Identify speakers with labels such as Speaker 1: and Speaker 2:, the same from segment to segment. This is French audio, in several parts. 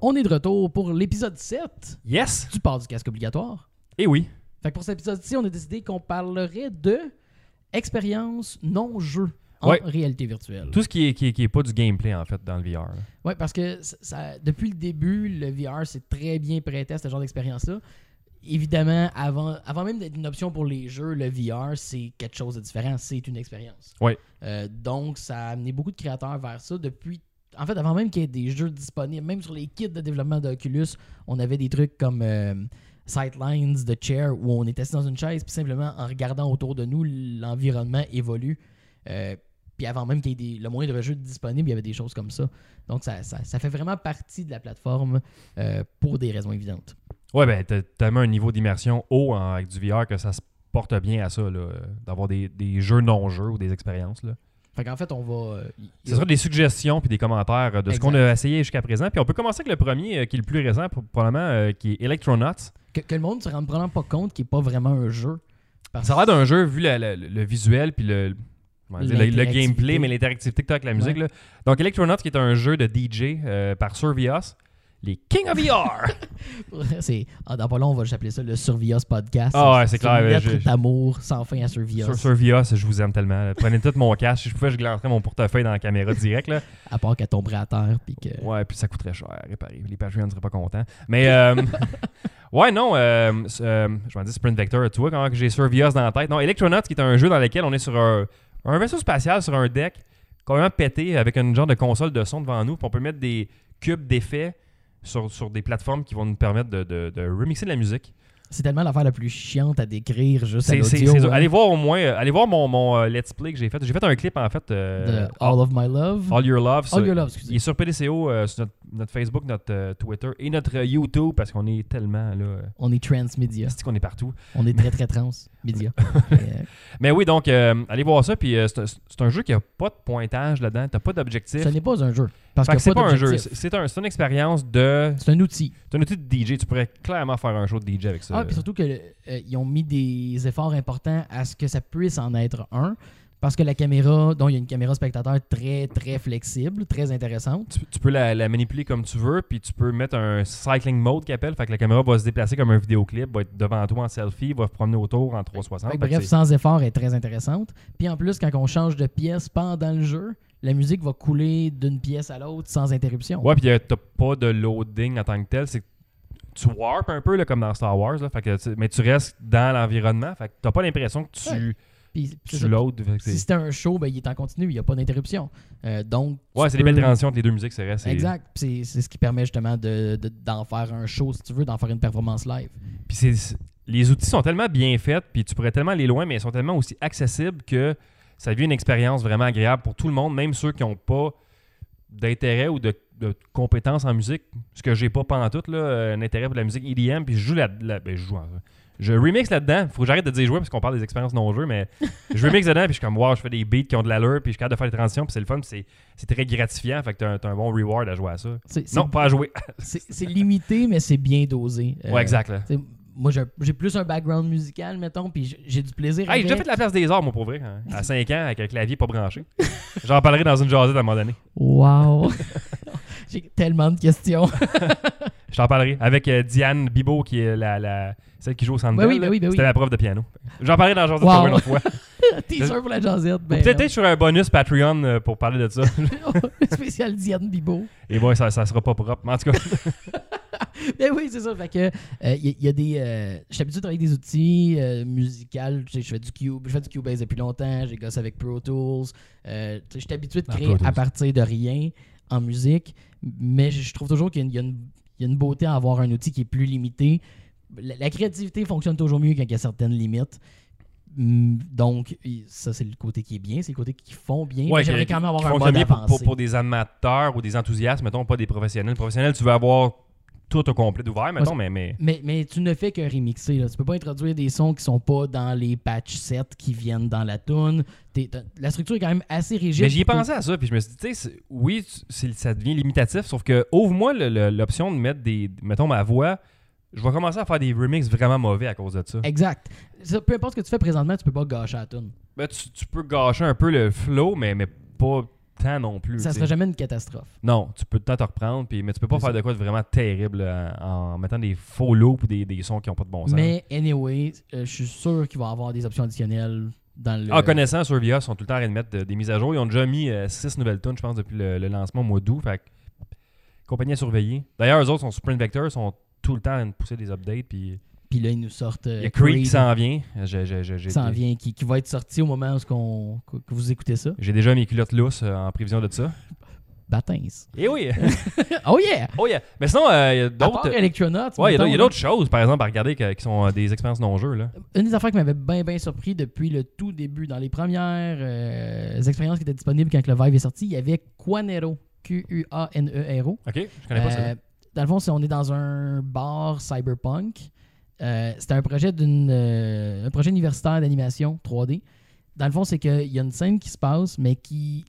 Speaker 1: On est de retour pour l'épisode 7
Speaker 2: Yes!
Speaker 1: du port du casque obligatoire.
Speaker 2: Eh oui.
Speaker 1: Fait que pour cet épisode-ci, on a décidé qu'on parlerait de expérience non-jeu en
Speaker 2: Ouais.
Speaker 1: réalité virtuelle.
Speaker 2: Tout ce qui est, qui, est, qui est pas du gameplay, en fait, dans le VR. là.
Speaker 1: Ouais, parce que ça- ça- depuis le début, le VR s'est très bien prêté à ce genre d'expérience-là. Évidemment, avant, avant même d'être une option pour les jeux, le VR, c'est quelque chose de différent. C'est une expérience.
Speaker 2: Ouais.
Speaker 1: Euh, donc, ça a amené beaucoup de créateurs vers ça depuis. En fait, avant même qu'il y ait des jeux disponibles, même sur les kits de développement d'Oculus, on avait des trucs comme euh, Sightlines, The Chair, où on est assis dans une chaise, puis simplement en regardant autour de nous, l'environnement évolue. Euh, puis avant même qu'il y ait des- le moindre jeu disponible, il y avait des choses comme ça. Donc, ça, ça, ça fait vraiment partie de la plateforme euh, pour des raisons évidentes.
Speaker 2: Ouais, ben, t'as tellement un niveau d'immersion haut en- avec du VR que ça se porte bien à ça, là, euh, d'avoir des, des jeux non-jeux ou des expériences. là.
Speaker 1: Fait qu'en fait, on va. euh, y-
Speaker 2: Ce sera des suggestions puis des commentaires euh, de ce qu'on
Speaker 1: Exact.
Speaker 2: a essayé jusqu'à présent. Puis on peut commencer avec le premier, euh, qui est le plus récent, pro- probablement, euh, qui est Electronauts.
Speaker 1: que, que le monde se rende probablement pas compte qu'il n'est pas vraiment un jeu. Parce-
Speaker 2: Ça a l'air d'un jeu, vu la- la- le visuel puis le, comment dire, le- le
Speaker 1: L'interactivité.
Speaker 2: gameplay, mais l'interactivité que tu as avec la musique.
Speaker 1: Ouais.
Speaker 2: là. Donc, Electronauts, qui est un jeu de DJ euh, par Survios, les King of VR.
Speaker 1: c'est, ah, dans pas long, on va juste appeler ça le Survios Podcast.
Speaker 2: Ah ouais, c'est clair,
Speaker 1: Une
Speaker 2: ouais,
Speaker 1: lettre
Speaker 2: j'ai-
Speaker 1: d'amour sans fin à Survios.
Speaker 2: Sur Survios, je vous aime tellement. là. Prenez tout mon cash. Si je pouvais, je glancerais mon portefeuille dans la caméra direct. Là.
Speaker 1: À part qu'elle tomberait à terre. Puis que...
Speaker 2: Ouais, puis ça coûterait cher à réparer. Les Patreons ne seraient pas contents. Mais, euh, ouais, non, euh, euh, je m'en dis Sprint Vector, tu vois comment que j'ai Survios dans la tête. Non, Electronauts, qui est un jeu dans lequel on est sur un, un vaisseau spatial, sur un deck, complètement pété, avec une genre de console de son devant nous, puis on peut mettre des cubes d'effets sur, sur des plateformes qui vont nous permettre de, de- de remixer de la musique.
Speaker 1: C'est tellement l'affaire la plus chiante à décrire juste à
Speaker 2: C'est- c'est-
Speaker 1: l'audio.
Speaker 2: c'est-
Speaker 1: hein,
Speaker 2: Allez voir au moins, euh, allez voir mon, mon, euh, let's play que j'ai fait. J'ai fait un clip, en fait,
Speaker 1: de
Speaker 2: euh,
Speaker 1: All of My Love.
Speaker 2: All Your Love.
Speaker 1: All
Speaker 2: sur-
Speaker 1: Your Love,
Speaker 2: Il
Speaker 1: excusez.
Speaker 2: est sur PDCO, euh, sur notre, notre Facebook, notre euh, Twitter et notre euh, YouTube parce qu'on est tellement là. euh,
Speaker 1: On est transmédia.
Speaker 2: c'est qu'on est partout.
Speaker 1: On est très, très transmédia. Mais, euh,
Speaker 2: Mais oui, donc, euh, allez voir ça. Puis euh, c'est un- c'est un jeu qui a pas de pointage là-dedans. T'as pas d'objectif.
Speaker 1: euh, ce n'est pas un jeu. Parce
Speaker 2: Fait que
Speaker 1: qu'il y
Speaker 2: c'est
Speaker 1: a
Speaker 2: pas un jeu.
Speaker 1: d'objectif.
Speaker 2: C'est c'est un- c'est une expérience de.
Speaker 1: C'est un outil.
Speaker 2: C'est un outil de DJ. Tu pourrais clairement faire un show de DJ avec ça.
Speaker 1: Ah, puis surtout qu'ils ont mis des efforts importants à ce que ça puisse en être un. Parce que la caméra, dont il y a une caméra spectateur très, très flexible, très intéressante.
Speaker 2: tu, tu peux la, la manipuler comme tu veux, puis tu peux mettre un cycling mode qu'appelle, fait que la caméra va se déplacer comme un vidéoclip, va être devant toi en selfie, va se promener autour en 360.
Speaker 1: Fait que
Speaker 2: Fait que
Speaker 1: bref,
Speaker 2: Ah, ben, c'est-
Speaker 1: sans effort est très intéressante. Puis en plus, quand on change de pièce pendant le jeu, la musique va couler d'une pièce à l'autre sans interruption.
Speaker 2: Ouais, puis euh, t'as pas de loading en tant que tel. C'est que tu warp un peu, là, comme dans Star Wars. Là, fait que, tu- mais tu restes dans l'environnement. Fait que t'as pas l'impression que tu,
Speaker 1: Ouais, Puis, c'est
Speaker 2: tu
Speaker 1: ça.
Speaker 2: loads. Fait que c'est-
Speaker 1: si c'était un show, ben, il est en continu, il n'y a pas d'interruption. Euh, donc, tu
Speaker 2: ouais, c'est des
Speaker 1: peux-
Speaker 2: belles transitions entre les deux musiques, c'est vrai. c'est-
Speaker 1: Exact. Puis C'est c'est ce qui permet justement de- de- d'en faire un show, si tu veux, d'en faire une performance live.
Speaker 2: Puis c'est- c'est- les outils sont tellement bien faits, puis tu pourrais tellement aller loin, mais ils sont tellement aussi accessibles que ça devient une expérience vraiment agréable pour tout le monde, même ceux qui n'ont pas d'intérêt ou de, de compétences en musique. Ce que j'ai pas pantoute, là, euh, un intérêt pour la musique EDM, puis je joue la, la- ben, je joue en- je remix là-dedans. Faut que j'arrête de dire jouer parce qu'on parle des expériences non-jeux, mais je remix dedans, puis je suis comme, wow, je fais des beats qui ont de l'allure, puis je suis capable de faire des transitions, puis c'est le fun, puis c'est- c'est très gratifiant, fait que t'as un, t'as un bon reward à jouer à ça.
Speaker 1: C'est- c'est
Speaker 2: Non, pas à jouer.
Speaker 1: C'est c'est limité, mais c'est bien dosé. Euh,
Speaker 2: ouais, exact. Là.
Speaker 1: t'sais, Moi, j'ai- j'ai plus un background musical, mettons, puis j'ai- j'ai du plaisir.
Speaker 2: Hey,
Speaker 1: avec.
Speaker 2: j'ai déjà fait de la place des arts, moi, pour vrai, hein, à 5 ans, avec un clavier pas branché. J'en parlerai dans une jasette à un moment donné.
Speaker 1: Wow! j'ai tellement de questions.
Speaker 2: J'en parlerai avec euh, Diane Bibo, qui est la, la- celle qui joue au centre
Speaker 1: Ben oui,
Speaker 2: Bell,
Speaker 1: ben
Speaker 2: là.
Speaker 1: oui, ben oui.
Speaker 2: C'était la prof de piano. J'en parlerai dans la jasette
Speaker 1: Wow.
Speaker 2: pour une autre fois.
Speaker 1: T'es sûr pour la jasette?
Speaker 2: Ou
Speaker 1: Ben
Speaker 2: Peut-être
Speaker 1: non.
Speaker 2: être sur un bonus Patreon euh, pour parler de ça.
Speaker 1: Ben, Spécial Diane Bibo.
Speaker 2: Et bon, ça, ça sera pas propre. Mais en tout cas,
Speaker 1: Ben oui, c'est ça. Fait que, euh, y, a- y a des. euh, je suis habitué à travailler avec des outils euh, musicaux. Tu sais, Je fais du Cube, je fais du Cubase depuis longtemps. J'ai gossé avec Pro Tools. Euh, tu sais, je suis habitué de
Speaker 2: Ah,
Speaker 1: créer
Speaker 2: Pro Tools.
Speaker 1: à partir de rien en musique. Mais je je trouve toujours qu'il y, a une- il y a une- il y a une beauté à avoir un outil qui est plus limité. La, la créativité fonctionne toujours mieux quand il y a certaines limites. Hum, Donc, il- ça, c'est le côté qui est bien. C'est le côté qui font bien.
Speaker 2: ouais,
Speaker 1: Mais J'aimerais
Speaker 2: qui-
Speaker 1: quand même
Speaker 2: qui
Speaker 1: avoir un
Speaker 2: fonctionne
Speaker 1: mode
Speaker 2: bien pour, pour-
Speaker 1: avancé.
Speaker 2: pour des amateurs ou des enthousiastes, mettons, pas des professionnels. Professionnels, tu veux avoir tout au complet d'ouvert, mettons, mais, mais
Speaker 1: Mais, mais tu ne fais que remixer. Là. Tu peux pas introduire des sons qui sont pas dans les patch sets qui viennent dans la tune. T'es- t'as- La structure est quand même assez rigide.
Speaker 2: Mais j'y ai pensé à ça, puis je me suis dit, tu sais, c'est- oui, tu- c'est- ça devient limitatif, sauf que ouvre-moi le- le- l'option de mettre des. Mettons ma voix, je vais commencer à faire des remixes vraiment mauvais à cause de ça.
Speaker 1: Exact. Ça, peu
Speaker 2: Mmh,
Speaker 1: importe ce que tu fais présentement, tu peux pas gâcher la tune.
Speaker 2: Ben, tu, tu peux gâcher un peu le flow, mais, mais pas tant non plus.
Speaker 1: Ça
Speaker 2: tu
Speaker 1: sera
Speaker 2: sais.
Speaker 1: jamais une catastrophe.
Speaker 2: Non, tu peux tant te reprendre, puis, mais tu peux pas
Speaker 1: C'est
Speaker 2: faire
Speaker 1: ça.
Speaker 2: de quoi de vraiment terrible euh, en mettant des faux loops ou des, des sons qui n'ont pas de bon sens.
Speaker 1: Mais anyway, euh, je suis sûr qu'il va y avoir des options additionnelles dans le.
Speaker 2: En connaissant Survia, ils sont tout le temps en train de mettre de- des mises à jour. Ils ont déjà mis 6 nouvelles tunes, je pense, depuis le, le lancement au mois d'août. Fait que, compagnie à surveiller. D'ailleurs, eux autres sont Sprint Vector, ils sont tout le temps en train de pousser des updates. Puis
Speaker 1: Puis là, ils nous sortent. euh,
Speaker 2: il y a Creed qui s'en vient. J'ai- j'ai- j'ai-
Speaker 1: qui
Speaker 2: J'ai
Speaker 1: s'en vient, qui, qui va être sorti au moment où ce qu'on- que que vous écoutez ça.
Speaker 2: j'ai déjà mes culottes lousses euh, en prévision de ça.
Speaker 1: Batins.
Speaker 2: Et Eh oui!
Speaker 1: Oh yeah!
Speaker 2: oh yeah! Mais sinon, euh, il y a
Speaker 1: À
Speaker 2: d'autres.
Speaker 1: part Electronauts,
Speaker 2: Ouais, il y a d'autres- il y a
Speaker 1: mettons,
Speaker 2: d'autres choses, par exemple, à regarder que- qui sont euh, des expériences non-jeux. là.
Speaker 1: Une des affaires qui m'avait bien, bien surpris depuis le tout début, dans les premières euh, expériences qui étaient disponibles quand le Vive est sorti, il y avait Quanero. Q-U-A-N-E-R-O.
Speaker 2: Ok, je connais pas ça.
Speaker 1: Euh, dans le fond, c'est- on est dans un bar cyberpunk. Euh, C'était un projet d'une euh, un projet universitaire d'animation 3D. Dans le fond, c'est qu'il y a une scène qui se passe, mais qui,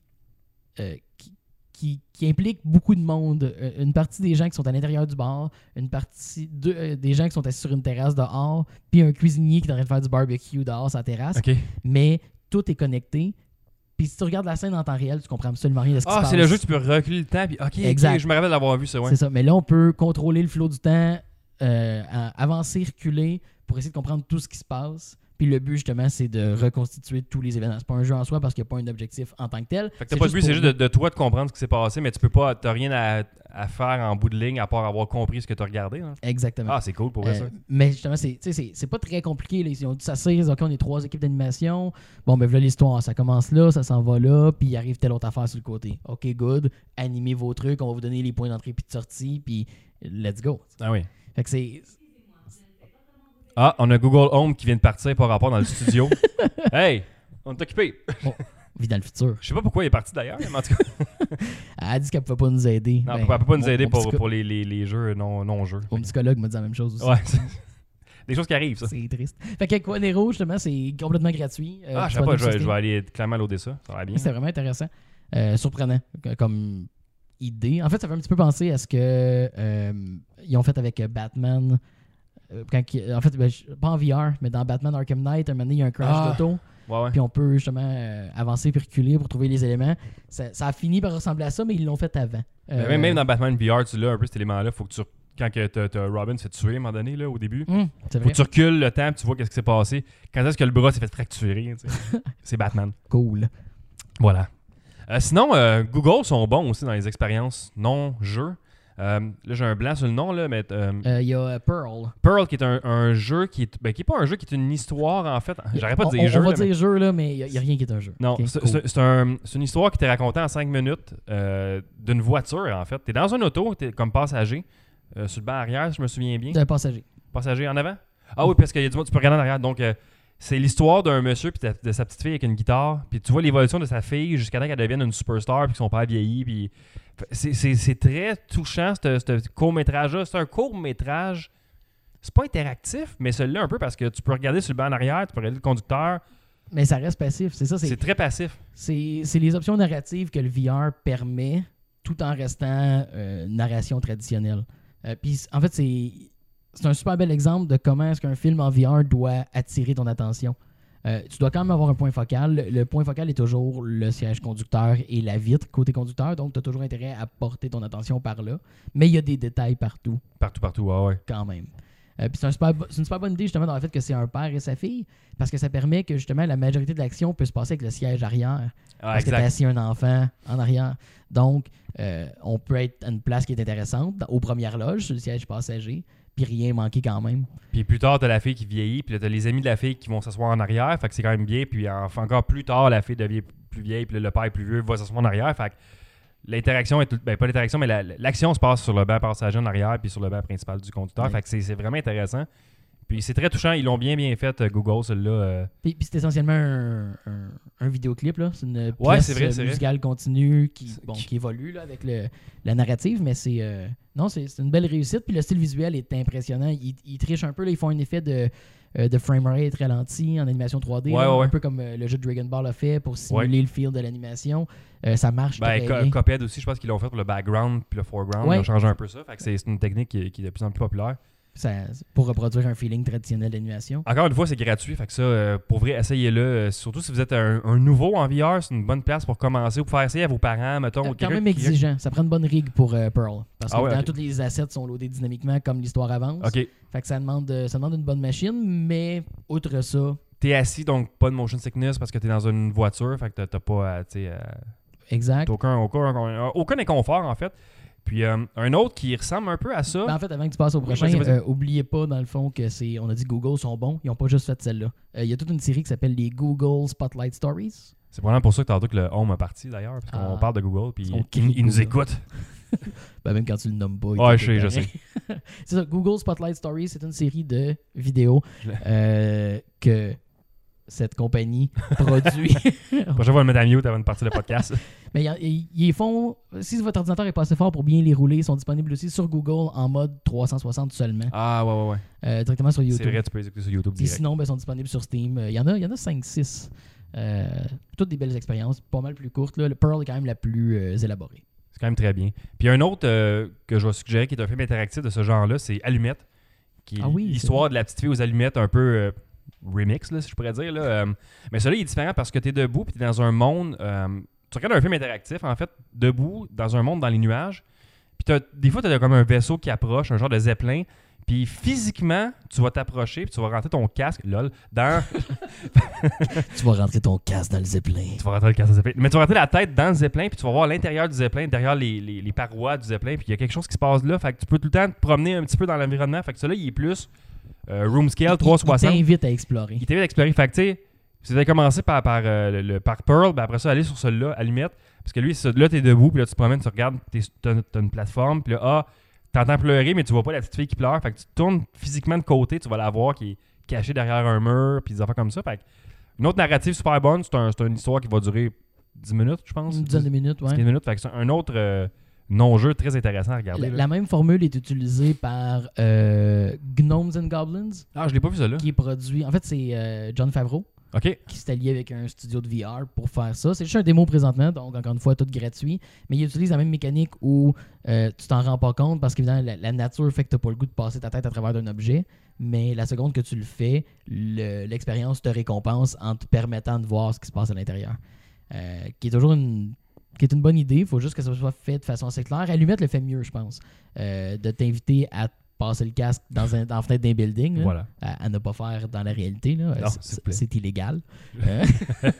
Speaker 1: euh, qui, qui- qui implique beaucoup de monde. Euh, Une partie des gens qui sont à l'intérieur du bar, une partie deux, euh, des gens qui sont assis sur une terrasse dehors, puis un cuisinier qui est en train de faire du barbecue dehors sur la terrasse.
Speaker 2: Ok.
Speaker 1: Mais tout est connecté. Puis si tu regardes la scène en temps réel, tu comprends absolument rien de ce qui se
Speaker 2: Ah,
Speaker 1: passe.
Speaker 2: c'est le jeu, tu peux reculer le temps. Puis, ok, ok,
Speaker 1: Exact.
Speaker 2: je me rappelle d'avoir vu ça. Ouais.
Speaker 1: C'est ça. Mais là, on peut contrôler le flot du temps, euh, à- avancer, reculer, pour essayer de comprendre tout ce qui se passe. Puis le but, justement, c'est de reconstituer tous les événements. C'est pas un jeu en soi parce qu'il n'y a pas un objectif en tant que tel.
Speaker 2: Fait que t'as pas le but,
Speaker 1: pour
Speaker 2: c'est juste de, de toi de comprendre ce qui s'est passé, mais tu peux pas, t'as rien à, à faire en bout de ligne à part avoir compris ce que t'as regardé. hein.
Speaker 1: Exactement.
Speaker 2: Ah, c'est cool pour vrai,
Speaker 1: Euh,
Speaker 2: ça.
Speaker 1: mais justement, c'est, tu sais, c'est, c'est pas très compliqué. Là. Ils ont dit ça s'assire, OK, on est trois équipes d'animation. Bon, ben voilà l'histoire. Ça commence là, ça s'en va là, puis il arrive telle autre affaire sur le côté. OK, good. Animez vos trucs, on va vous donner les points d'entrée puis de sortie, puis let's go.
Speaker 2: Ah oui.
Speaker 1: Fait que c'est.
Speaker 2: Ah, on a Google Home qui vient de partir par rapport dans le studio. hey, on est occupé.
Speaker 1: Vie dans le futur.
Speaker 2: Je sais pas pourquoi il est parti d'ailleurs, mais en tout cas,
Speaker 1: Elle a dit qu'elle pouvait pas nous aider.
Speaker 2: non,
Speaker 1: Ben,
Speaker 2: elle peut pas nous
Speaker 1: mon-
Speaker 2: aider
Speaker 1: mon
Speaker 2: pour,
Speaker 1: psycho-
Speaker 2: pour les, les- les jeux non- non-jeux.
Speaker 1: Mon psychologue m'a dit la même chose aussi.
Speaker 2: ouais, c'est- des choses qui arrivent, ça.
Speaker 1: C'est triste. Fait que Quanero, justement, c'est complètement gratuit. Euh,
Speaker 2: Ah,
Speaker 1: tu
Speaker 2: je
Speaker 1: vas
Speaker 2: sais pas,
Speaker 1: donc
Speaker 2: je vais,
Speaker 1: tester.
Speaker 2: je vais aller clairement loader ça. Ça va bien.
Speaker 1: C'est vraiment intéressant. Euh, surprenant euh, comme idée. En fait, ça fait un petit peu penser à ce que euh, ils ont fait avec euh, Batman. Euh, quand il- en fait, ben, je- pas en VR, mais dans Batman Arkham Knight, un moment donné, il y a un crash
Speaker 2: Ah.
Speaker 1: d'auto,
Speaker 2: Ouais, ouais.
Speaker 1: puis on peut justement euh, avancer puis reculer pour trouver les éléments. Ça, ça a fini par ressembler à ça, mais ils l'ont fait avant.
Speaker 2: Mais
Speaker 1: Euh,
Speaker 2: même, Ben, même dans Batman VR, tu l'as un peu cet élément-là. Faut que tu. Quand que t'as- t'as Robin se fait tuer à un moment donné, là, au début.
Speaker 1: hum, c'est
Speaker 2: Faut
Speaker 1: vrai.
Speaker 2: que tu recules le temps, puis tu vois qu'est-ce qui s'est passé. Quand est-ce que le bras s'est fait fracturer tu sais. C'est Batman.
Speaker 1: Cool.
Speaker 2: Voilà. Euh, sinon, euh, Google sont bons aussi dans les expériences non-jeux. Euh, là, j'ai un blanc sur le nom, là, mais euh,
Speaker 1: Euh, Il y a euh, Pearl.
Speaker 2: Pearl, qui est un, un jeu qui est, ben, qui est pas un jeu, qui est une histoire, en fait. J'arrête pas de
Speaker 1: On-
Speaker 2: dire
Speaker 1: on,
Speaker 2: jeu.
Speaker 1: On va
Speaker 2: là, mais-
Speaker 1: dire jeu, là, mais il n'y a, rien qui est un jeu.
Speaker 2: Non,
Speaker 1: Ok,
Speaker 2: c'est
Speaker 1: cool.
Speaker 2: c'est- c'est un- c'est une histoire qui t'est racontée en cinq minutes euh, d'une voiture, en fait. T'es dans une auto, t'es comme passager, euh, sur le banc arrière, si je me souviens bien.
Speaker 1: C'est un passager.
Speaker 2: Passager en avant? Ah oui, parce qu'il y a du monde, tu peux regarder en arrière. Donc, euh, c'est l'histoire d'un monsieur puis de, de sa petite fille avec une guitare. Puis tu vois l'évolution de sa fille jusqu'à temps qu'elle devienne une superstar puis que son père vieillit. Puis Fait- c'est- c'est c'est très touchant, ce- ce ce court-métrage-là. C'est un court-métrage. C'est pas interactif, mais celui-là un peu parce que tu peux regarder sur le banc en arrière, tu peux regarder le conducteur.
Speaker 1: Mais ça reste passif. C'est ça, c'est
Speaker 2: C'est très passif.
Speaker 1: c'est- c'est les options narratives que le VR permet tout en restant euh, narration traditionnelle. Euh, Puis c- en fait, c'est c'est un super bel exemple de comment est-ce qu'un film en VR doit attirer ton attention. Euh, tu dois quand même avoir un point focal. Le- Le point focal est toujours le siège conducteur et la vitre côté conducteur, donc tu as toujours intérêt à porter ton attention par là. Mais il y a des détails partout.
Speaker 2: Partout, partout. Ah ouais.
Speaker 1: quand même. Euh, puis c'est un super bo- c'est une super bonne idée, justement, dans le fait que c'est un père et sa fille, parce que ça permet que, justement, la majorité de l'action peut se passer avec le siège arrière,
Speaker 2: Ah,
Speaker 1: parce que t'as
Speaker 2: exact.
Speaker 1: assis un enfant en arrière. Donc, euh, on peut être à une place qui est intéressante, dans- aux premières loges, sur le siège passager, puis rien manquer quand même.
Speaker 2: Puis plus tard, t'as la fille qui vieillit, puis là, t'as les amis de la fille qui vont s'asseoir en arrière, fait que c'est quand même bien. Puis en- encore plus tard, la fille devient plus vieille, puis là, le père plus vieux va s'asseoir en arrière, fait que l'interaction est tout- ben, pas l'interaction, mais la- l'action se passe sur le banc passager en arrière, puis sur le banc principal du conducteur,
Speaker 1: Ouais.
Speaker 2: fait que c'est- c'est vraiment intéressant. Puis c'est très touchant, ils l'ont bien bien fait, euh, Google, celui-là. euh.
Speaker 1: Puis, puis c'est essentiellement un, un- un vidéoclip, là. C'est une pièce
Speaker 2: Ouais, c'est vrai,
Speaker 1: euh,
Speaker 2: c'est vrai.
Speaker 1: musicale continue qui,
Speaker 2: C'est-
Speaker 1: bon,
Speaker 2: qui-
Speaker 1: qui évolue là, avec le, la narrative, mais c'est... euh, non, c'est c'est une belle réussite. Puis le style visuel est impressionnant. Ils, ils trichent un peu. là. ils font un effet de, euh, de frame rate ralenti en animation 3D.
Speaker 2: Ouais,
Speaker 1: là,
Speaker 2: ouais, ouais.
Speaker 1: Un peu comme euh, le jeu de Dragon Ball a fait pour simuler le feel de l'animation. Euh, ça marche très
Speaker 2: Ben, Co-
Speaker 1: bien.
Speaker 2: Cuphead aussi, je pense qu'ils l'ont fait pour le background puis le foreground,
Speaker 1: Ouais.
Speaker 2: ils ont changé un peu ça, fait que c'est c'est une technique qui, est- qui est de plus en plus populaire.
Speaker 1: ça- pour reproduire un feeling traditionnel d'animation.
Speaker 2: Encore une fois, c'est gratuit. Fait que ça, euh, pour vrai, essayez-le. Euh, surtout si vous êtes un, un nouveau en VR, c'est une bonne place pour commencer ou pour faire essayer à vos parents, mettons. ou
Speaker 1: quand
Speaker 2: quelqu'un
Speaker 1: même
Speaker 2: qui-
Speaker 1: exigeant. Ça prend une bonne rig pour euh, Pearl. Parce que
Speaker 2: Ah ouais,
Speaker 1: dans
Speaker 2: ok.
Speaker 1: toutes les assets sont loadés dynamiquement comme l'histoire avance.
Speaker 2: OK.
Speaker 1: Fait que ça demande, euh, ça demande une bonne machine, mais outre ça,
Speaker 2: T'es assis, donc pas de motion sickness parce que t'es dans une voiture. Fait que t'as- t'as pas à, tu sais, à-
Speaker 1: exact.
Speaker 2: T'as aucun, aucun, aucun inconfort, en fait. Puis euh, un autre qui ressemble un peu à ça.
Speaker 1: Ben, en fait, avant que tu passes au prochain,
Speaker 2: vas-y, vas-y.
Speaker 1: euh, oubliez pas, dans le fond, que c'est. On a dit Google sont bons. Ils ont pas juste fait celle-là. Euh, Il y a toute une série qui s'appelle les Google Spotlight Stories.
Speaker 2: C'est probablement pour ça que tantôt que le Home a parti, d'ailleurs. Parce qu'on
Speaker 1: Ah.
Speaker 2: parle de Google, puis
Speaker 1: On
Speaker 2: ils,
Speaker 1: crie
Speaker 2: ils nous
Speaker 1: Google.
Speaker 2: écoutent.
Speaker 1: Ben, même quand tu le nommes pas. il
Speaker 2: Ouais,
Speaker 1: te
Speaker 2: je sais, je
Speaker 1: déterre.
Speaker 2: sais.
Speaker 1: c'est ça, Google Spotlight Stories, c'est une série de vidéos
Speaker 2: Je l'ai-
Speaker 1: euh, que cette compagnie produit.
Speaker 2: Prochaine fois, on va le mettre à mute avant de partir le podcast.
Speaker 1: Mais il y a- ils ils font. Si votre ordinateur est pas assez fort pour bien les rouler, ils sont disponibles aussi sur Google en mode 360 seulement,
Speaker 2: ah, ouais, ouais, ouais.
Speaker 1: euh, directement sur
Speaker 2: C'est
Speaker 1: YouTube.
Speaker 2: vrai, tu peux les écouter sur YouTube
Speaker 1: Puis
Speaker 2: direct.
Speaker 1: sinon, ben, ils sont disponibles sur Steam. Euh, Il y en a, il y en a 5-6. toutes des belles expériences, pas mal plus courtes. là. Le Pearl est quand même la plus euh, élaborée.
Speaker 2: C'est quand même très bien. Puis un autre euh, que je vais suggérer qui est un film interactif de ce genre-là, c'est Allumette, qui est
Speaker 1: Ah oui,
Speaker 2: l'histoire de la petite fille aux allumettes un peu euh, remix, là, si je pourrais dire. Là. Euh, mais celui-là, il est différent parce que tu es debout puis tu dans un monde. euh, tu regardes un film interactif, en fait, debout, dans un monde dans les nuages. Puis t'as- des fois, tu as comme un vaisseau qui approche, un genre de zeppelin. Puis physiquement, tu vas t'approcher, puis tu vas rentrer ton casque, lol, dans
Speaker 1: tu vas rentrer ton casque dans le Zeppelin.
Speaker 2: tu vas rentrer le casque de Zeppelin. Mais tu vas rentrer la tête dans le Zeppelin, puis tu vas voir l'intérieur du Zeppelin, derrière les, les- les parois du Zeppelin, puis il y a quelque chose qui se passe là. Fait que tu peux tout le temps te promener un petit peu dans l'environnement. Fait que celui-là, il est plus euh, room scale
Speaker 1: Il
Speaker 2: 360.
Speaker 1: t'invite à explorer.
Speaker 2: Il t'invite à explorer. Fait que tu sais, si t'avais commencé par, par, euh, le, le- par Pearl, ben après ça, aller sur celui-là, à la limite. Parce que lui, ce- là, t'es debout, puis là, tu te promènes, tu regardes, t'es- t'as t'as une plateforme, puis là, ah, t'entends pleurer, mais tu vois pas la petite fille qui pleure. Fait que tu tournes physiquement de côté, tu vas la voir qui est cachée derrière un mur, puis des affaires comme ça. Fait que une autre narrative super bonne, c'est un- c'est une histoire qui va durer 10 minutes, je pense.
Speaker 1: Une dizaine de minutes, ouais.
Speaker 2: 15 minutes. Fait que c'est un autre euh, non-jeu très intéressant à regarder.
Speaker 1: La,
Speaker 2: là.
Speaker 1: la même formule est utilisée par euh, Gnomes and Goblins,
Speaker 2: Ah, je l'ai pas vu, celle-là.
Speaker 1: qui est produit. En fait, c'est euh, John Favreau
Speaker 2: OK.
Speaker 1: qui s'est allié avec un studio de VR pour faire ça. C'est juste un démo présentement, donc encore une fois, tout gratuit. Mais il utilise la même mécanique où euh, tu t'en rends pas compte parce qu'évidemment, la, la nature fait que t'as pas le goût de passer ta tête à travers d'un objet. Mais la seconde que tu le fais, le- l'expérience te récompense en te permettant de voir ce qui se passe à l'intérieur. Euh, qui est toujours une qui est une bonne idée, il faut juste que ça soit fait de façon assez claire. Allumette le fait mieux, je pense, euh, de t'inviter à passer le casque dans, un, dans la fenêtre d'un building. là
Speaker 2: Voilà.
Speaker 1: à, à ne pas faire dans la réalité. là. Euh,
Speaker 2: Non,
Speaker 1: c-
Speaker 2: s'il vous plaît.
Speaker 1: c'est illégal. Euh,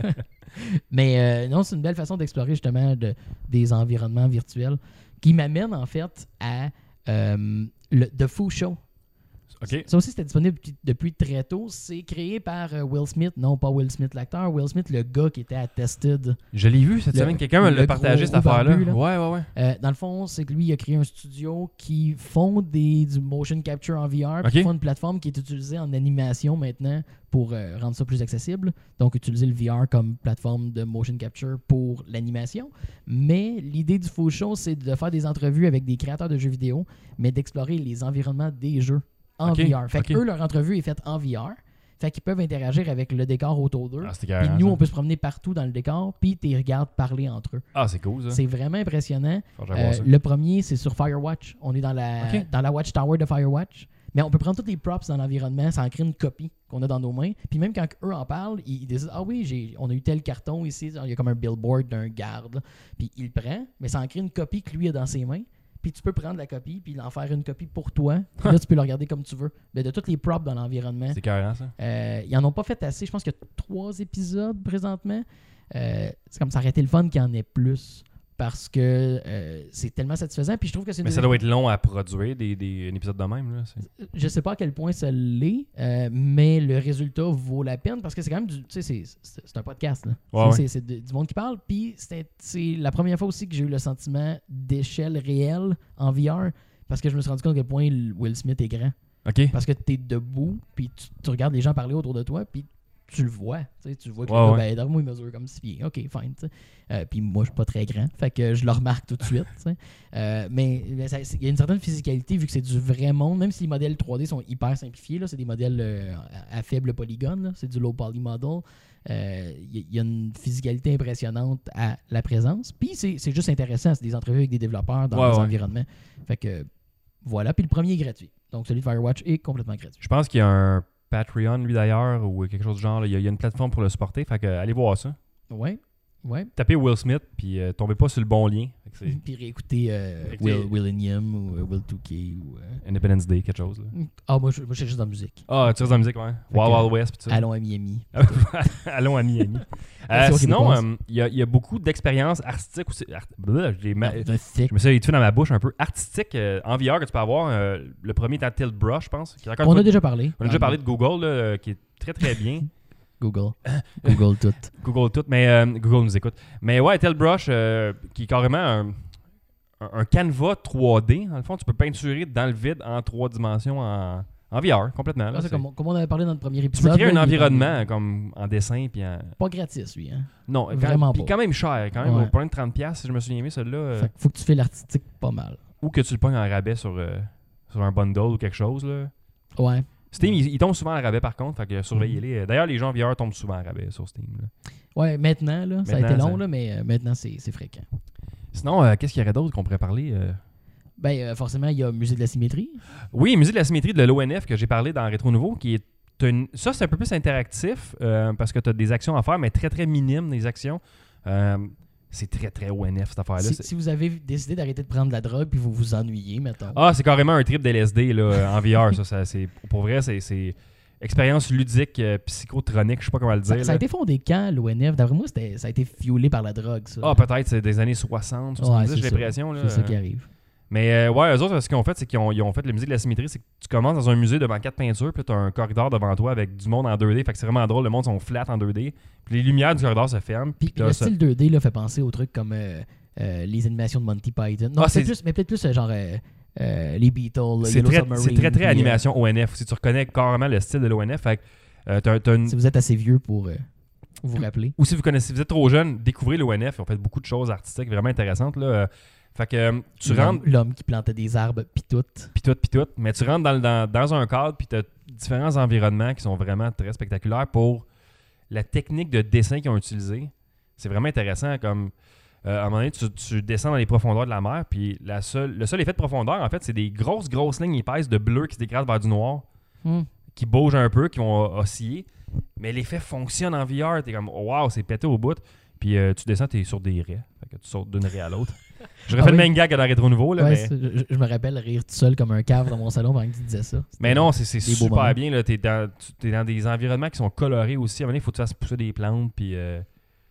Speaker 1: Mais euh, non, c'est une belle façon d'explorer justement de- des environnements virtuels qui m'amène en fait à euh, le The Foo Show.
Speaker 2: OK.
Speaker 1: Ça aussi, c'était disponible depuis- depuis très tôt. C'est créé par euh, Will Smith, non pas Will Smith l'acteur, Will Smith le gars qui était à Tested.
Speaker 2: Je l'ai vu cette
Speaker 1: Le-
Speaker 2: semaine. Quelqu'un me
Speaker 1: le
Speaker 2: l'a
Speaker 1: gros
Speaker 2: partagé, cette
Speaker 1: roux
Speaker 2: affaire-là.
Speaker 1: barbu, là.
Speaker 2: Ouais, ouais, ouais.
Speaker 1: Euh, dans le fond, c'est que lui, il a créé un studio qui font des, du motion capture en VR, puis
Speaker 2: Ok.
Speaker 1: qui font une plateforme qui est utilisée en animation maintenant pour euh, rendre ça plus accessible. Donc, utiliser le VR comme plateforme de motion capture pour l'animation. Mais l'idée du faux show, c'est de faire des entrevues avec des créateurs de jeux vidéo, mais d'explorer les environnements des jeux en
Speaker 2: Ok,
Speaker 1: VR. Fait
Speaker 2: ok.
Speaker 1: que eux, leur entrevue est faite en VR. Fait qu'ils peuvent interagir avec le décor autour d'eux.
Speaker 2: Ah,
Speaker 1: puis
Speaker 2: c'était carrément,
Speaker 1: nous,
Speaker 2: ça.
Speaker 1: on peut se promener partout dans le décor, puis t'es regardes parler entre eux.
Speaker 2: Ah, c'est cool, ça.
Speaker 1: C'est vraiment impressionnant.
Speaker 2: Faut que j'aille voir
Speaker 1: Euh,
Speaker 2: ça.
Speaker 1: le premier, c'est sur Firewatch. On est dans la,
Speaker 2: Ok.
Speaker 1: dans la Watchtower de Firewatch. Mais on peut prendre tous les props dans l'environnement, ça en crée une copie qu'on a dans nos mains. Puis même quand eux en parlent, ils, ils décident Ah oui, j'ai, on a eu tel carton ici, il y a comme un billboard d'un garde. là. Puis il le prend, mais ça en crée une copie que lui a dans ses mains. Puis tu peux prendre la copie, puis en faire une copie pour toi. Puis là, tu peux le regarder comme tu veux. Mais de tous les props dans l'environnement,
Speaker 2: C'est carrément, ça.
Speaker 1: euh, ils en ont pas fait assez. Je pense qu'il y a trois épisodes présentement. Euh, c'est comme ça aurait été le fun qu'il y en ait plus parce que euh, c'est tellement satisfaisant. Puis je trouve que c'est une
Speaker 2: Mais ça
Speaker 1: des-
Speaker 2: doit être long à produire, des, des, un épisode de même. Là. C'est-
Speaker 1: Je sais pas à quel point ça l'est, euh, mais le résultat vaut la peine parce que c'est quand même du. Tu sais, c'est- c'est c'est un podcast. là.
Speaker 2: Ouais,
Speaker 1: c'est
Speaker 2: ouais.
Speaker 1: c'est de- du monde qui parle. Puis c'était- c'est la première fois aussi que j'ai eu le sentiment d'échelle réelle en VR parce que je me suis rendu compte à quel point Will Smith est grand.
Speaker 2: OK.
Speaker 1: Parce que tu es debout, puis tu, tu regardes les gens parler autour de toi, puis tu le vois. Tu, sais, tu vois que
Speaker 2: Ouais,
Speaker 1: le gars,
Speaker 2: ouais.
Speaker 1: ben, dans moi, il mesure comme 6 pieds. OK, fine. tu sais. Euh, puis moi, je suis pas très grand. Fait que je le remarque tout de suite. tu sais. Euh, mais mais ça- c'est- il y a une certaine physicalité, vu que c'est du vrai monde. Même si les modèles 3D sont hyper simplifiés, là, c'est des modèles euh, à, à faible polygone, là, c'est du low poly model. Euh, Il y, a- il y a une physicalité impressionnante à la présence. Puis c'est c'est juste intéressant. C'est des entrevues avec des développeurs dans
Speaker 2: Ouais,
Speaker 1: des
Speaker 2: ouais.
Speaker 1: environnements. Fait que voilà. Puis le premier est gratuit. Donc celui de Firewatch est complètement gratuit.
Speaker 2: Je pense qu'il y a un Patreon, lui d'ailleurs, ou quelque chose du genre. là. Il y a, il y a une plateforme pour le supporter. Fait que, euh, allez voir ça.
Speaker 1: Ouais, ouais.
Speaker 2: Tapez Will Smith, puis euh, tombez pas sur le bon lien. Fait que c'est
Speaker 1: Puis réécouter euh,
Speaker 2: Écoutez-
Speaker 1: Will, Willingham ou euh, Will Touquet ou. euh,
Speaker 2: Independence Day, quelque chose. là.
Speaker 1: Ah, moi, je, moi, je suis juste dans la musique.
Speaker 2: Ah, tu restes dans la musique, ouais.
Speaker 1: Fait
Speaker 2: Wild
Speaker 1: que-
Speaker 2: Wild West, puis tout ça.
Speaker 1: Allons à Miami.
Speaker 2: Allons à Miami. Euh,
Speaker 1: Version
Speaker 2: sinon,
Speaker 1: québécoise.
Speaker 2: euh, il y, a- il y a beaucoup d'expériences artistiques aussi. art- Blah, j'ai ma-
Speaker 1: Non, the thick.
Speaker 2: Je me suis habitué dans ma bouche un peu artistique euh, en VR que tu peux avoir. euh, le premier étant Tilt Brush, je pense. qui raconte
Speaker 1: On
Speaker 2: tout-
Speaker 1: a déjà parlé.
Speaker 2: on a déjà parlé de Google, là, euh, qui est très très bien.
Speaker 1: Google.
Speaker 2: Ah,
Speaker 1: Google tout.
Speaker 2: Google tout, mais euh, Google nous écoute. Mais ouais, Telbrush, euh, qui est carrément un, un- un canevas 3D. Dans le fond, tu peux peinturer dans le vide en trois dimensions en, en VR, complètement. là.
Speaker 1: Là, Ah, c'est
Speaker 2: C'est-
Speaker 1: comme, comme on avait parlé dans le premier
Speaker 2: Tu
Speaker 1: épisode.
Speaker 2: peux créer un
Speaker 1: là, il est
Speaker 2: environnement comme en dessin. Puis en-
Speaker 1: Pas gratis, lui. Hein?
Speaker 2: Non, quand,
Speaker 1: Vraiment
Speaker 2: puis
Speaker 1: pas.
Speaker 2: quand même cher, quand même.
Speaker 1: Ouais.
Speaker 2: Au point de 30$, si je me souviens bien, celui-là. euh,
Speaker 1: Fait que faut que tu fais l'artistique pas mal.
Speaker 2: ou que tu le pognes en rabais sur, euh, sur un bundle ou quelque chose. Là.
Speaker 1: Ouais.
Speaker 2: Steam,
Speaker 1: Ouais.
Speaker 2: il, il tombe souvent en rabais par contre, fait que surveillez-les. Euh, D'ailleurs, les gens VR tombent souvent en rabais sur Steam. là.
Speaker 1: Ouais, maintenant, là, ça a été
Speaker 2: Maintenant,
Speaker 1: long,
Speaker 2: ça-
Speaker 1: là, mais euh, maintenant, c'est c'est fréquent.
Speaker 2: Sinon, euh, qu'est-ce qu'il y aurait d'autre qu'on pourrait parler euh?
Speaker 1: Ben, euh, forcément, il y a Musée de la symétrie.
Speaker 2: Oui, Musée de la symétrie de l'ONF que j'ai parlé dans Rétro Nouveau, qui est une- ça, c'est un peu plus interactif euh, parce que tu as des actions à faire, mais très très minimes des actions. Euh, c'est très très ONF cette affaire-là.
Speaker 1: si,
Speaker 2: C'est-
Speaker 1: si vous avez décidé d'arrêter de prendre de la drogue puis vous vous ennuyez, mettons.
Speaker 2: Ah, c'est carrément un trip d'LSD là, euh, en VR. ça, ça, c'est, pour vrai, c'est, c'est expérience ludique, euh, psychotronique, je sais pas comment le dire.
Speaker 1: ça, ça a
Speaker 2: là.
Speaker 1: été fondé quand, l'ONF D'après moi, c'était- ça a été fuelé par la drogue, ça.
Speaker 2: Ah, peut-être, c'est des années 60,
Speaker 1: Ouais,
Speaker 2: 70,
Speaker 1: c'est
Speaker 2: j'ai
Speaker 1: ça.
Speaker 2: l'impression. là.
Speaker 1: C'est ça qui arrive.
Speaker 2: Mais euh, ouais, eux autres, ce qu'ils ont fait, c'est qu'ils ont, ils ont fait le musée de la symétrie. C'est que tu commences dans un musée devant quatre peintures, puis tu as un corridor devant toi avec du monde en 2D. Fait que c'est vraiment drôle, le monde sont flat en 2D. Puis les lumières du corridor se ferment.
Speaker 1: Puis,
Speaker 2: Puis
Speaker 1: puis
Speaker 2: t'as
Speaker 1: le
Speaker 2: ça.
Speaker 1: style 2D là, fait penser aux trucs comme euh, euh, les animations de Monty Python. Non,
Speaker 2: Ah,
Speaker 1: c'est
Speaker 2: c'est-
Speaker 1: plus, mais peut-être plus euh, genre euh, euh, les Beatles,
Speaker 2: c'est
Speaker 1: Yellow
Speaker 2: très,
Speaker 1: Submarine.
Speaker 2: c'est très, très
Speaker 1: puis, euh,
Speaker 2: animation ONF. Si tu reconnais carrément le style de l'ONF, fait que, euh, t'as- t'as une-
Speaker 1: si vous êtes assez vieux pour euh, vous rappeler.
Speaker 2: ou si vous connaissez, vous êtes trop jeune, découvrez l'ONF. Ils ont fait beaucoup de choses artistiques vraiment intéressantes. Là. Euh, Fait que euh, tu
Speaker 1: L'homme-
Speaker 2: rentres,
Speaker 1: L'homme qui plantait des arbres, puis tout.
Speaker 2: puis tout, puis tout. Mais tu rentres dans, le- dans, dans un cadre, puis tu as différents environnements qui sont vraiment très spectaculaires pour la technique de dessin qu'ils ont utilisée. C'est vraiment intéressant. Comme euh, à un moment donné, tu, tu descends dans les profondeurs de la mer, puis la seule, le seul effet de profondeur, en fait, c'est des grosses, grosses lignes épaisses de bleu qui se dégradent vers du noir, qui bougent un peu, qui vont osciller. Mais l'effet fonctionne en VR. T'es comme, waouh, c'est pété au bout. Puis euh, tu descends, t'es sur des raies. Fait que tu sautes d'une raie à l'autre. Je refais
Speaker 1: Ah
Speaker 2: le
Speaker 1: oui.
Speaker 2: même gag que dans Rétro Nouveau, là,
Speaker 1: Ouais,
Speaker 2: mais-
Speaker 1: c'est- je, je me rappelle rire tout seul comme un cave dans mon salon pendant que tu disais ça. C'était-
Speaker 2: Mais non, c'est c'est
Speaker 1: Des beaux moments.
Speaker 2: super bien. là. T'es dans, tu- t'es dans des environnements qui sont colorés aussi. À un moment donné, il faut que tu fasses pousser des plantes. Puis, euh,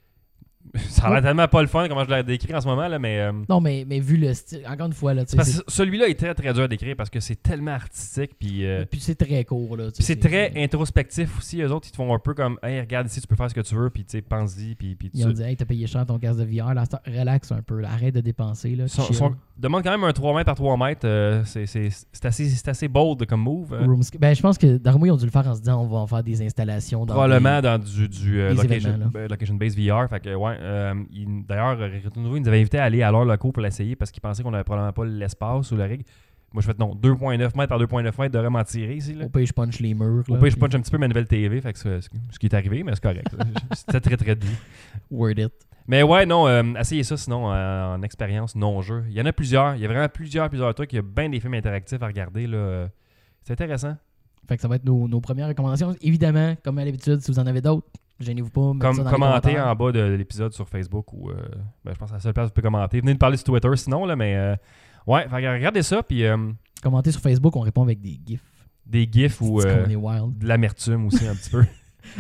Speaker 2: Ça a l'air
Speaker 1: Ouais.
Speaker 2: tellement pas le fun comment je l'ai décrit en ce moment. Là, mais, euh,
Speaker 1: Non, mais, mais vu le style, encore une fois, là, tu sais,
Speaker 2: parce
Speaker 1: c'est-
Speaker 2: que celui-là est très, très dur à décrire parce que c'est tellement artistique. Puis, euh,
Speaker 1: puis c'est très court. Là, tu
Speaker 2: puis
Speaker 1: sais,
Speaker 2: c'est très introspectif aussi. Eux autres, ils te font un peu comme Hey, regarde ici, tu peux faire ce que tu veux. Puis, tu sais, pense-y. Puis, puis tu-
Speaker 1: Ils ont dit, hey, t'as payé cher ton casque de VR, là, relax un peu, là, arrête de dépenser. Là,
Speaker 2: Son-
Speaker 1: chill.
Speaker 2: son- demande quand même un 3 mètres par 3 mètres. euh, c'est- c'est c'est assez, c'est assez bold comme move. euh.
Speaker 1: Room sca- Ben, je pense que Darmo, ils ont dû le faire en se disant on va en faire des installations dans
Speaker 2: Probablement
Speaker 1: des-
Speaker 2: dans du, du euh,
Speaker 1: des
Speaker 2: location,
Speaker 1: événements,
Speaker 2: euh, location based VR. Fait que, ouais, euh, il- D'ailleurs, euh, Retour Nouveau, ils nous avaient invités à aller à leur locaux pour l'essayer parce qu'ils pensaient qu'on n'avait probablement pas l'espace ou la rig. Moi, je fais non, 2,9 mètres par 2,9 mètres, devrait m'en tirer ici. Là.
Speaker 1: Au pays, je punch les murs.
Speaker 2: Au
Speaker 1: là,
Speaker 2: pire, je
Speaker 1: puis
Speaker 2: punch un petit peu ma nouvelle TV, fait que c'est- c'est ce qui est arrivé, mais c'est correct. C'était très, très doux.
Speaker 1: Word it.
Speaker 2: Mais ouais, non, euh, essayez ça sinon euh, en expérience, non-jeu. Il y en a plusieurs. Il y a vraiment plusieurs, plusieurs trucs. Il y a bien des films interactifs à regarder. là, euh, C'est intéressant.
Speaker 1: Fait que ça va être nos, nos premières recommandations. Évidemment, comme à l'habitude, si vous en avez d'autres, gênez-vous pas. mettez ça
Speaker 2: Comme,
Speaker 1: dans les
Speaker 2: commenter
Speaker 1: commentaires.
Speaker 2: en bas de l'épisode sur Facebook ou euh, ben, je pense que c'est la seule place où vous pouvez commenter. Venez nous parler sur Twitter sinon, là, mais euh, ouais, fait que regardez ça, puis euh,
Speaker 1: Commentez sur Facebook, on répond avec des gifs.
Speaker 2: des gifs ou
Speaker 1: C'est-tu
Speaker 2: euh,
Speaker 1: qu'on est wild.
Speaker 2: de l'amertume aussi un petit peu.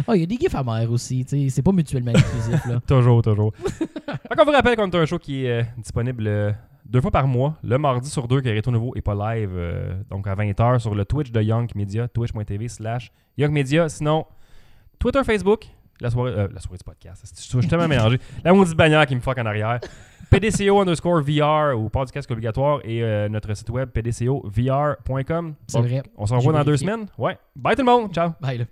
Speaker 1: Ah, il y a des gifs amers aussi, tu sais, c'est pas mutuellement exclusif là.
Speaker 2: toujours, toujours. fait qu'on vous rappelle qu'on a un show qui est euh, disponible euh, deux fois par mois, le mardi sur deux, que Rétro Nouveau est pas live, euh, donc à 20h sur le Twitch de Young Media, twitch.tv slash Young Media. Sinon, Twitter, Facebook, la soirée, euh, la soirée du podcast, c'est- je suis tellement mélangé. La maudite bannière qui me fuck en arrière. PDCO underscore VR ou port du casque obligatoire et euh, notre site web pdcovr.com.
Speaker 1: C'est
Speaker 2: Donc,
Speaker 1: vrai.
Speaker 2: On se revoit
Speaker 1: J'ai
Speaker 2: dans deux
Speaker 1: vérifié.
Speaker 2: semaines. Ouais. Bye tout le monde. Ciao.
Speaker 1: Bye là.